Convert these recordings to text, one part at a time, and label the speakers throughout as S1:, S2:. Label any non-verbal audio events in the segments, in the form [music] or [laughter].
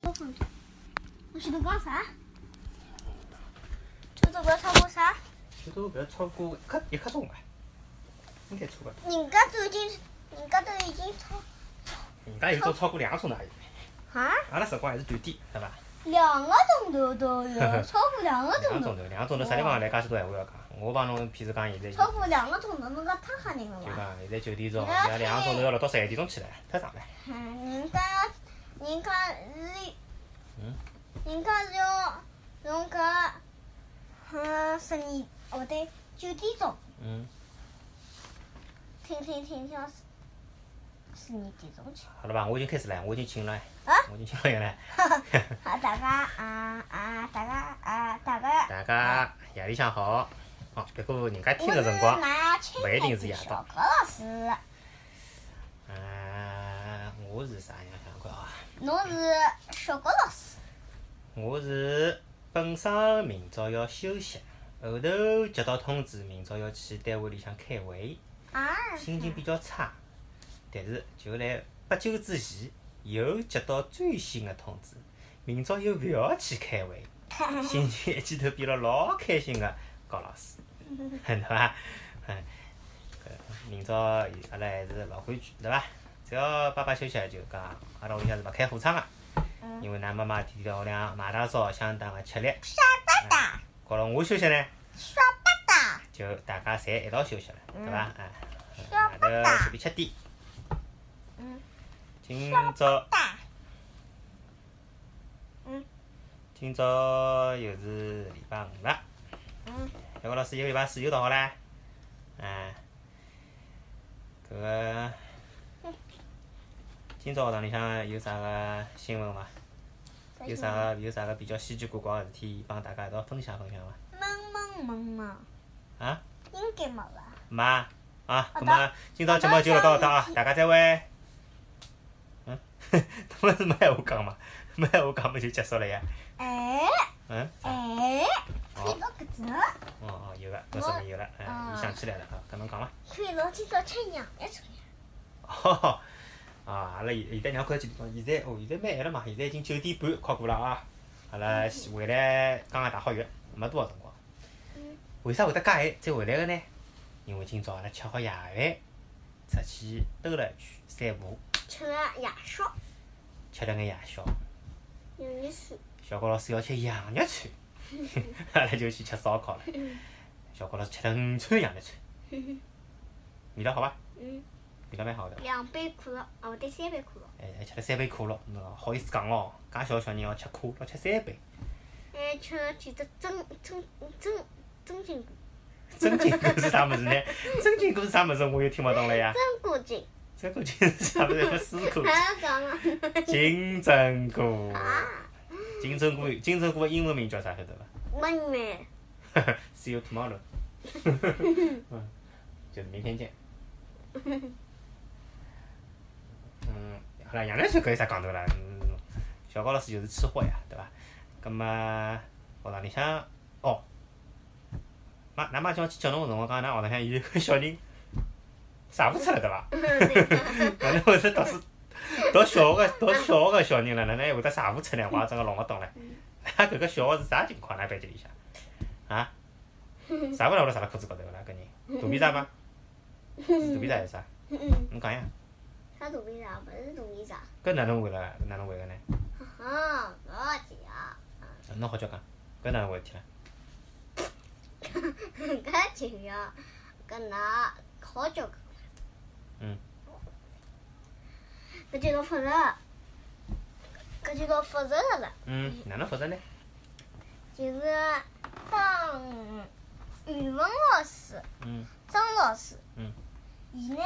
S1: sunt. Nu știu de gata. Tu de gata cu sa?
S2: 觉得不要超过一克一克钟吧，应该超吧。
S1: 人家都已经，人家都已经超
S2: 人家有种超过两个钟头还有，
S1: 啊，
S2: 阿拉辰光还是短点，对伐？
S1: 两个钟头都 [laughs] 有，超过两个
S2: 两
S1: 钟
S2: 个钟
S1: 头，
S2: 头，两个钟头啥地方来介许多闲话要讲？我帮侬，譬如讲现在就
S1: 超过两个钟头，侬讲太吓人了
S2: 就
S1: 吧？
S2: 讲现在九点钟，人家两个钟头要落到十一点钟去了，太长了。
S1: 嗯，人家，人家是，
S2: 嗯，
S1: 人家是要，侬讲，嗯，十二，哦对，九点钟，
S2: 嗯，
S1: 听听听听，十十二点钟去。
S2: 好了吧，我已经开始了，我已经进了，
S1: 啊，
S2: 我已经进了了。
S1: [laughs] 好，大家啊啊，大家啊，大家。
S2: 大家夜里向好。哦，别过人家听
S1: 我
S2: 个
S1: 是
S2: 辰光，
S1: 拿青
S2: 不一定
S1: 菜
S2: 是夜
S1: 小
S2: 到
S1: 高老师，
S2: 嗯，我是啥样想看啊？
S1: 侬是小高老师。
S2: 我是本身明朝要休息，后头接到通知，明朝要去单位里向开会，
S1: 啊，
S2: 心情比较差。但是就来八九之前，又接到最新的通知，明朝又勿要去开会，心情一记头变了老开心的高老师， [laughs] 对伐？嗯，搿明朝阿拉还是勿规矩，对伐？只要爸爸休息就讲，阿拉屋里向是勿开火窗个。
S1: 嗯
S2: 因为㑚妈妈天天屋里向买大烧相当个吃力，
S1: 刷吧嗒，
S2: 搞了我休息呢，
S1: 刷吧嗒，
S2: 就大家侪一道休息了，对伐？啊，
S1: 刷
S2: 外
S1: 吧
S2: 头随
S1: 嗒，
S2: 便吃点。
S1: 嗯。
S2: 今
S1: 刷
S2: 朝
S1: 吧嗒，
S2: 今朝又是礼拜五了，
S1: 嗯，
S2: 小高老师一个礼拜四又到好唻，啊，搿个今朝学堂里向有啥个新闻伐？有啥个有啥个比较稀奇古怪个事体帮大家一道分享分享伐？
S1: 懵懵懵懵，
S2: 啊？
S1: 应该没吧？
S2: 妈啊，
S1: 好
S2: 那
S1: 的
S2: 么今朝节目就到这啊，大家再会。嗯， [laughs] 他们是没闲话讲嘛， [laughs] 没闲话讲嘛就结束了呀。
S1: 哎
S2: 嗯，
S1: 哎，
S2: 好
S1: 看，到搿只，
S2: 哦哦，有了，我说明有了，嗯，
S1: 嗯
S2: 你想起来了，好，跟侬讲伐？
S1: 看到今朝吃洋芋吃
S2: 哦， [laughs] 啊，阿拉现现在让看几点钟？现在哦，现在蛮晚了嘛，现在已经九点半快过了啊。阿拉回来刚刚大好浴，没多少辰光
S1: 嗯。
S2: 为啥会得介晚再回来个呢？因为今朝阿拉吃好夜饭，出去兜了一圈，散步，
S1: 吃了夜宵，
S2: 吃了眼夜宵。
S1: 有点酸。
S2: 小高老师要吃羊肉串， [laughs] 阿拉就去吃烧烤了。小高老师吃了五串羊肉串，味道好伐？
S1: 嗯，
S2: 味道蛮好的。
S1: 两杯可乐，哦，对，三杯可乐。
S2: 哎，还吃了三杯可乐，侬好意思讲哦？介小小人要吃可乐，吃三杯，
S1: 还吃了几只蒸蒸蒸蒸菌菇，
S2: 真菌菇是啥物事呢？ [laughs] 真菌菇是啥物事？我又听勿懂了呀。
S1: 蒸菇菌。
S2: 真菌菇是 [laughs] 啥物事？水果，
S1: 还要讲吗？
S2: 金针菇。
S1: 啊，
S2: 金针菇，金针菇的英文名叫啥晓得伐？
S1: 问你，
S2: [laughs] See you tomorrow 。嗯，就是明天见。嗯，好了，杨澜算搿有啥讲头啦？嗯，小高老师就是吃货呀，对伐？葛末学堂里向，哦，妈，㑚妈叫我去接侬个辰光，讲㑚学堂里向有一个小人，啥勿出了对伐？哪能会得读书读小学个读小学个小人了，哪能还会得啥物出呢？我 [laughs] 也真个弄勿懂唻。㑚搿个小学是啥情况？㑚班级里向？啊？啥物事会得啥辣裤子高头个啦？搿人肚皮啥吗？是肚皮啥还是啥？啊侬讲呀，
S1: 他肚皮长，不是肚皮长。
S2: 搿哪能会了？哪能会个呢？
S1: 哈哈，不要紧啊，
S2: 侬好叫讲，搿哪能回事体啦？啊
S1: 搿紧要，搿拿好久搿。
S2: 嗯。
S1: 搿就到复杂，搿就到复杂了了，
S2: 嗯，哪能复杂呢？ [laughs]
S1: 就是当语文老师。
S2: 嗯
S1: 张老师，
S2: 嗯，
S1: 伊呢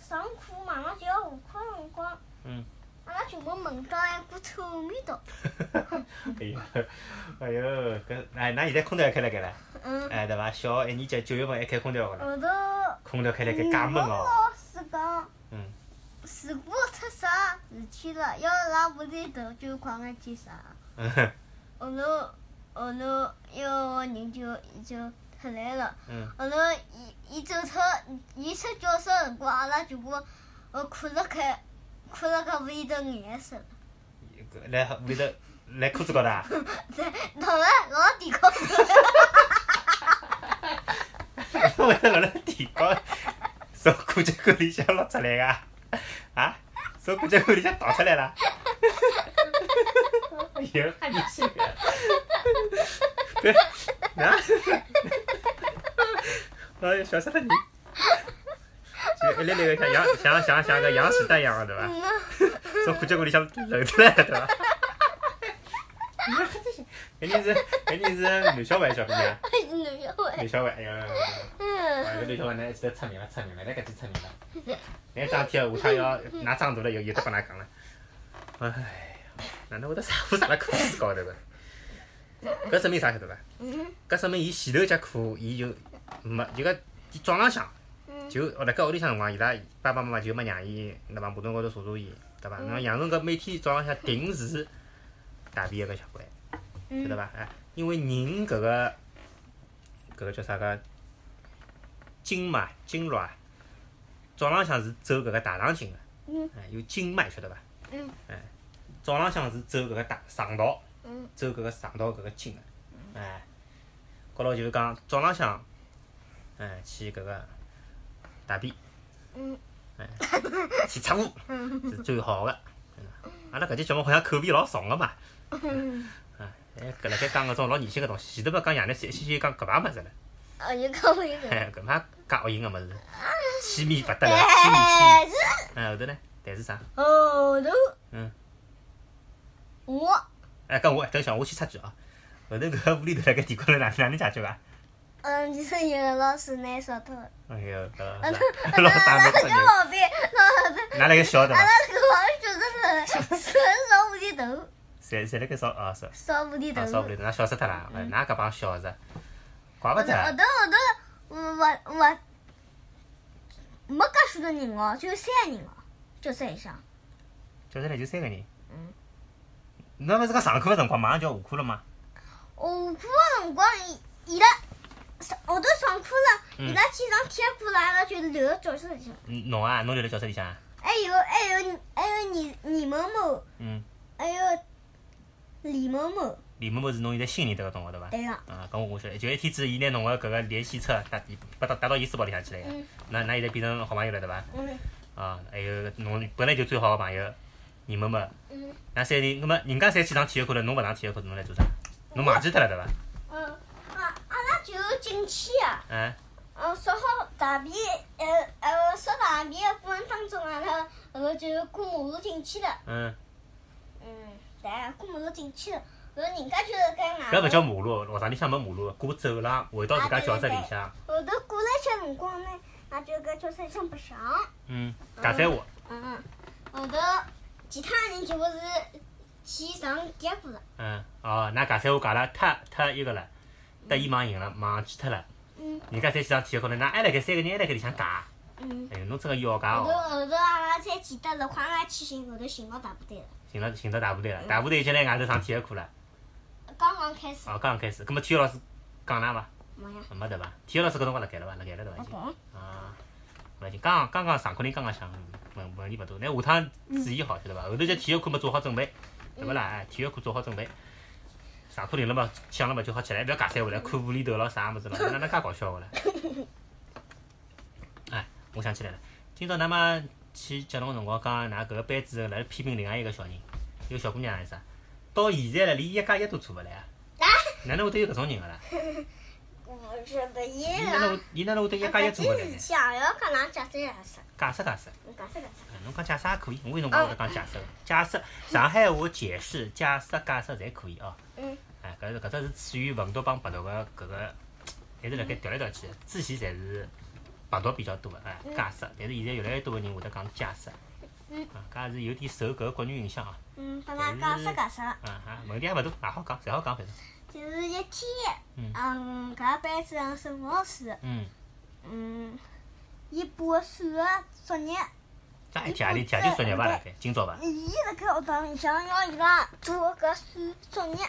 S1: 上课马上就要下课的辰光，
S2: 嗯。
S1: 阿拉全部闻到一股臭味道，
S2: 哎呦，哎呦，搿哎，㑚现在空调还开辣盖唻？
S1: 嗯，
S2: 哎，对伐？小学一年级九月份还开空调个唻，
S1: 后头
S2: 空调开辣盖
S1: 语
S2: 介
S1: 文
S2: 闷哦。 [laughs]
S1: 老师讲，
S2: 嗯，
S1: 如果出啥事体了，要拉屋里头就快眼去啥，
S2: 嗯哼
S1: 后头后头一个人就就出来了，
S2: 嗯，
S1: 后头伊伊走脱，伊出教室的辰光，阿拉全部呃看辣盖看辣盖屋里头眼色了，
S2: 搿来屋里头来裤子高头啊？ [laughs]
S1: 老了老地高头，
S2: 为了辣辣地高从裤脚口里向捞出来个啊， [laughs] 啊，从裤脚口里向倒出来了，有哈你 [laughs] 性格，对，啊，哎，笑死了你，就一粒粒个像羊像像像个羊屎蛋一样个对伐？从裤脚口里向漏出来个对伐？肯定是肯定是男小孩还是小姑娘，
S1: 女小孩
S2: 男，小孩，哎呀。啊，搿
S1: 嗯，
S2: 刘小华，㑚一记头出名了，出名了，来搿记出名了。㑚张天下趟要㑚长大了，有有得帮㑚讲了。哎呀，哪能会得傻乎傻辣裤子高头个？搿说明啥晓得伐？
S1: 嗯
S2: 搿说明伊前头一节课，伊就没就讲伊早浪向
S1: 嗯
S2: 就辣盖屋里向辰光，伊拉爸爸妈妈就没让伊对伐？马桶高头查查伊，对伐？那养成搿每天早浪向定时大便个搿习惯。晓得
S1: 嗯，
S2: 伐？哎，因为人搿个搿个叫啥个经嘛经络啊，早浪向是走搿个大肠经的，
S1: 嗯
S2: 哎，有经脉晓得伐？
S1: 嗯，
S2: 哎，早浪向是走搿个大肠道，
S1: 嗯
S2: 走搿个肠道搿个经的，哎，高头就是讲早浪向，哎，去搿个大便。哎
S1: 嗯，
S2: 去擦污是最好个。阿拉搿期节目好像口味老重个嘛。啊，哎搿辣盖讲搿种老严谨个东西，前头勿讲爷娘，先先讲搿排物事了，
S1: 啊，有讲我有讲，
S2: 哎，搿排讲恶心个物事，气味勿得了，气味气
S1: 但是
S2: 味。哎，后头呢？但是啥？
S1: 后头
S2: 嗯，
S1: 我
S2: 哎，搿我等一下，我先插句啊。后头搿屋里头辣盖地高头哪哪能解决啊个？
S1: 嗯，就是有个老师拿小偷，
S2: 哎哟，搿
S1: 啊，
S2: 老
S1: 那
S2: 啥老啥没出
S1: 那
S2: 牛，
S1: 毛病，那那
S2: 哪辣盖笑对
S1: 阿 [laughs]
S2: 伐
S1: 拉？搿老就是是烧无敌头，
S2: 侪侪辣盖烧啊烧，
S1: 烧无敌头
S2: 啊。烧屋里头，㑚笑死脱啦！哎㑚搿帮小子，怪勿
S1: 后头后
S2: 得。
S1: 头后头，勿勿没介许多人哦，就三个人哦，就这一项。
S2: 叫出来就三个人。
S1: 嗯。
S2: 侬勿是讲上课个辰光马上就要下课了吗？
S1: 下课个辰光，伊伊拉上后头上课了，
S2: 嗯
S1: 伊拉去上体育课了，阿拉就留到教室里向。
S2: 嗯侬啊，侬留辣教室里向啊？
S1: 还有还有还有倪倪某某，
S2: 嗯。
S1: 还有李某某，
S2: 李某某是侬现在新认得个同学对伐？
S1: 对个，
S2: 啊，搿我晓得，就一天子伊拿侬个搿个联系册打把打打到伊书包里向去了呀
S1: 嗯。
S2: 那那现在变成好朋友了对伐？
S1: 嗯
S2: 啊，还有侬本来就最好个朋友，李某某，
S1: 嗯
S2: 那三人，那么人家侪去上体育课了，侬勿上体育课，侬来做啥？侬忘记脱了 [laughs] 对伐？
S1: 嗯，啊，阿拉就进去啊。
S2: 啊，
S1: 嗯，说好大便，呃呃，说大便的过程当中，阿拉后头就过马路进去了。
S2: 嗯，
S1: 嗯，对，过马路进去了，然后人家就在外头。
S2: 搿勿叫马路，学堂里向没马路，过走廊回到自家教室里向，
S1: 后头过了一些辰光呢，俺就搿叫三上白上。
S2: 嗯，讲三胡，
S1: 嗯，后头其他人就是去上第一课了。
S2: 嗯，哦，那尬三胡尬了太太一个了，得意忘形了，忘记脱了。
S1: 嗯
S2: 人家侪去上体育课了，那还辣盖三个人还辣盖里向尬，
S1: 嗯。
S2: 哎哟，侬真个要尬
S1: 后头
S2: 哦！
S1: 后头阿拉才记得了，快眼去寻后头寻到大部队了。
S2: 寻到寻到大部队了，大部队已经来外头上体育课了，
S1: 刚刚开始。
S2: 哦，刚刚开始。葛末体育老师讲㑚伐？
S1: 没呀。
S2: 没对伐？体育老师搿辰光辣盖了伐？辣盖了对伐？已经
S1: 对。
S2: 啊，勿紧，刚刚刚上课铃刚刚响，问问题勿大。那下趟注意好，晓得伐？后头这体育课么做好准备，对勿啦？哎，体育课做好准备，上课铃了嘛响了嘛就好起来，勿要尬三胡了，看屋里头咯啥物事 [laughs] 咯，哪能介搞笑个了？哎，我想起来了，今朝㑚妈去接侬个辰光讲，㑚搿个班主任辣辣批评另外一个小人，一个小姑娘还是啥？到现在了，连一家一都做勿来啊！哪能会得有搿种人啊个啦？
S1: 我是不一
S2: 伊哪能
S1: 样
S2: 会。伊哪能会得一家一
S1: 搿
S2: 做 [laughs] 勿来
S1: 件
S2: 呢
S1: 事？体也要跟咱解释解释，
S2: 解释解释。
S1: 嗯解释解释。
S2: 啊侬讲解释也可以，我有辰光会得讲解释的，解释上海话解释、解释、解释侪可以哦。
S1: 嗯。
S2: 哎，搿是搿只是处于文读帮白读个搿个，还是辣盖调来调去的，之前侪是白读比较多个，哎，
S1: 嗯
S2: 解释，但是现在越来越多个人会得讲解释。
S1: 嗯
S2: 啊，搿也是有点受搿个国语影响啊。
S1: 嗯，跟咱解释解释。
S2: 啊啊，问题也勿大，也好讲，侪好讲反正。
S1: 就是一
S2: 嗯
S1: 天，嗯，搿班主任沈老师，
S2: 嗯，
S1: 嗯，伊把所有的作业，
S2: 那一家里家里作业伐？辣盖今朝伐？
S1: 伊辣盖学堂里向要伊拉做搿所作业，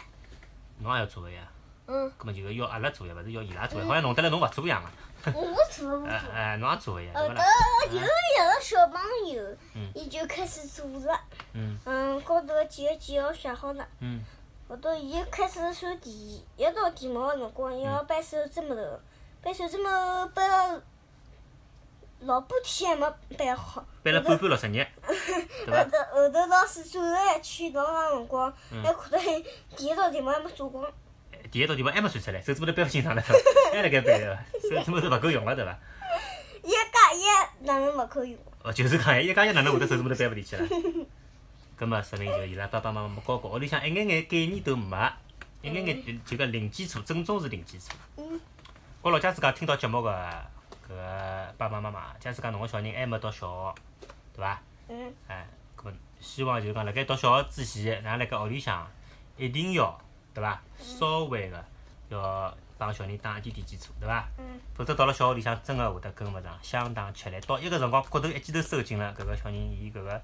S2: 侬也要做个呀，
S1: 嗯，
S2: 葛末就要阿拉做呀，勿是要伊拉做呀，好像弄得来侬勿做一样个。
S1: 我做勿
S2: 啊
S1: 做。
S2: 啊，侬也做一下，
S1: 后头
S2: 对勿啦？
S1: 呃有一个小朋友
S2: 嗯，
S1: 伊就开始做了，
S2: 嗯
S1: 嗯，高头几个几号写好了，
S2: 嗯
S1: 后头伊开始算第一道题目个辰
S2: 嗯
S1: 光，伊要扳手指拇头，扳手指拇头扳了老半天还没扳好，
S2: 掰了半半六十日，
S1: 后
S2: 对伐？
S1: 头后头老师最后一去弄个辰光，
S2: 嗯
S1: 还看到伊第一道题目还没做光，
S2: 第一道题目还哎没算出来，手指头掰勿清爽了，哎还辣盖掰对伐？手指头勿够用了，对伐？
S1: 伊也讲伊也哪能勿够用？
S2: 哦，就是讲，一家人哪能会得手指头掰勿里去了？葛末说明就伊拉爸爸妈妈没教过，屋里向一眼眼概念都没，一眼眼就搿零基础，正宗是零基础。
S1: 嗯，
S2: 我老家自家听到节目个搿个爸爸妈妈，假使讲侬个小人还没读小学，对伐？
S1: 嗯
S2: 哎，搿么希望就是讲辣盖读小学之前，㑚辣盖屋里向一定要对伐？稍微个要帮小人打一点点基础，对伐？
S1: 嗯
S2: 否则到了小学里向，真个会得跟勿上，相当吃力。到一个辰光，骨头一记头收紧了，搿个小人伊搿个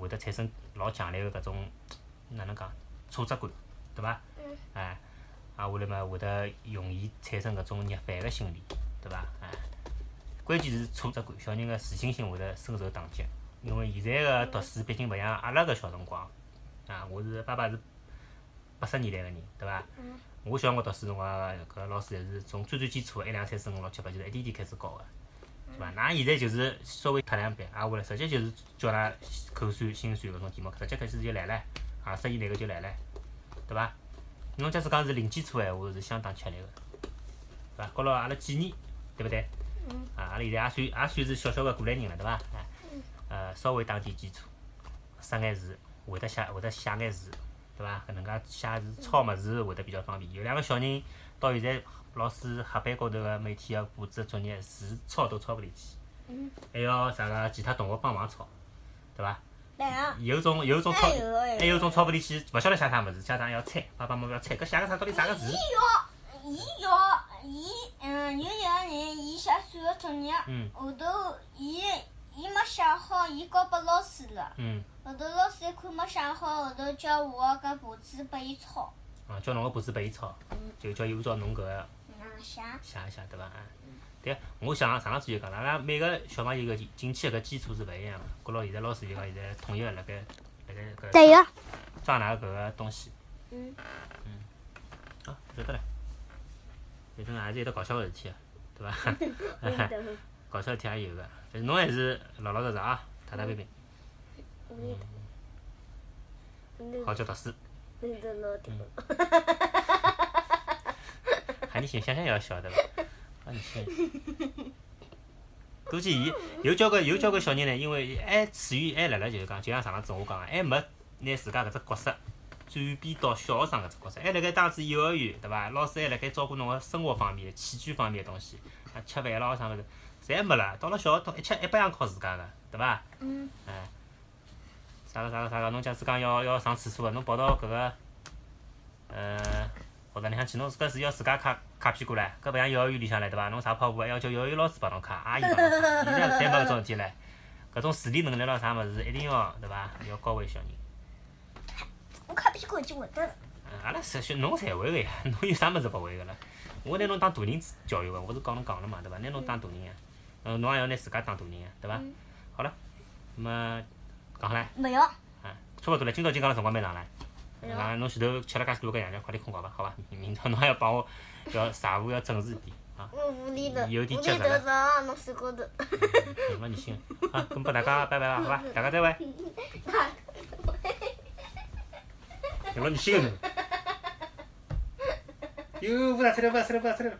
S2: 会得产生老强烈个搿种哪能讲挫折感，对伐？
S1: 嗯。
S2: 哎，啊，下来嘛会得容易产生搿种逆反个心理，对伐？哎，啊关键哎是挫折感，小人个自信心会得深受打击。因为现在个读书毕竟勿像阿拉搿小辰光，啊，我是爸爸是八十年代个人，对伐？
S1: 嗯
S2: 我小辰光读书辰光，搿老师侪是从最最基础个一两三四五六七八，就是一点点开始教个，是伐？㑚现在就是稍微踏两遍，啊，下来直接就是叫㑚口算、心算搿种题目，直接开始就来了，啊，适宜哪个就来了，对伐？侬假使讲是零基础个闲话，是相当吃力个，对伐？高了阿拉几年，对勿对？
S1: 嗯
S2: 啊，阿拉现在也算也算是小小个过来人了，对伐？哎，呃，稍微打点基础，识眼字，会得写会得写眼字，对伐？搿能介写字抄物事会得比较方便。有两个小人到现在，老师黑板高头个每天个布置作业，字抄都抄勿里去，
S1: 嗯，
S2: 还要啥个其他同学帮忙抄，对伐？
S1: 来啊，
S2: 有种有种抄，
S1: 还有还
S2: 还有种抄勿里去，勿晓得写啥物事，家长要猜，爸爸妈妈要猜，搿写个啥到底啥个
S1: 哎
S2: 字？
S1: 伊要伊嗯，有一个人伊写数学作业，
S2: 嗯
S1: 后头伊伊没写好，伊交拨老师了。
S2: 嗯，
S1: 后头老师一看没写好，后头叫我搿簿子拨伊抄。
S2: 啊，叫侬个簿子拨伊抄，就叫伊按照侬搿个。
S1: 哪写？
S2: 写一写对伐？啊，对，我想上趟子就讲了，阿拉每个小朋友个进去个基础是勿一样个。觉着现在老师就讲现在统一个辣盖辣盖搿
S1: 个。
S2: 抓拿搿个东西。
S1: 嗯
S2: 啊，晓得了。反正也是一道搞笑个事体啊，对伐？ [laughs] 搞笑事体也有个，但是侬还是老老实实啊，踏踏平平，好叫读书。喊你想想想也要笑对伐？喊你想。估计伊有交关有交关小人呢，因为还处于还辣辣就是讲，就像上趟子我讲个，还没拿自家搿只角色转变到小学生搿只角色，还辣盖当子幼儿园对伐？老师还辣盖照顾侬个生活方面、起居方面个东西，啊吃饭咯啥物事，侪没了。到了小学同一切一百样靠自家个，对伐？
S1: 嗯
S2: 哎，啥个啥个啥个，侬假使讲要要上厕所个，侬跑到搿个，呃，学堂里向去，侬自家是要自家揩揩屁股唻，搿勿像幼儿园里向唻，对伐？侬啥跑步还要叫幼儿园老师帮侬揩，阿姨帮侬揩，现在侪没搿种事体唻。搿种自理能力咯啥物事，一定要对伐？要教会小人。
S1: 我看屁股就会得了。
S2: 嗯阿拉实学侬侪会个呀， [laughs] 侬有啥物事勿会个啦？我拿侬当大人教育个，我是讲侬讲了嘛，对伐？拿侬当大人个，嗯，侬也要拿自家当大人个，对伐？好了，那么讲唻。
S1: 没有。
S2: 啊，差勿多了，今朝已经讲了辰光蛮长了。
S1: 哎
S2: 嗯
S1: 呀
S2: 啊，侬前头吃了介许多个洋酱，快点困觉吧，好伐？明明朝侬还要帮我要财务要准时点啊，
S1: 我屋里头，
S2: 有点
S1: 屋
S2: 急
S1: 里
S2: 了
S1: 头上侬手高头。
S2: 没你心啊，咁拨大家拜拜吧，好伐？大家再会。有了你心了。哟，不打出来，不打出来，不打出来。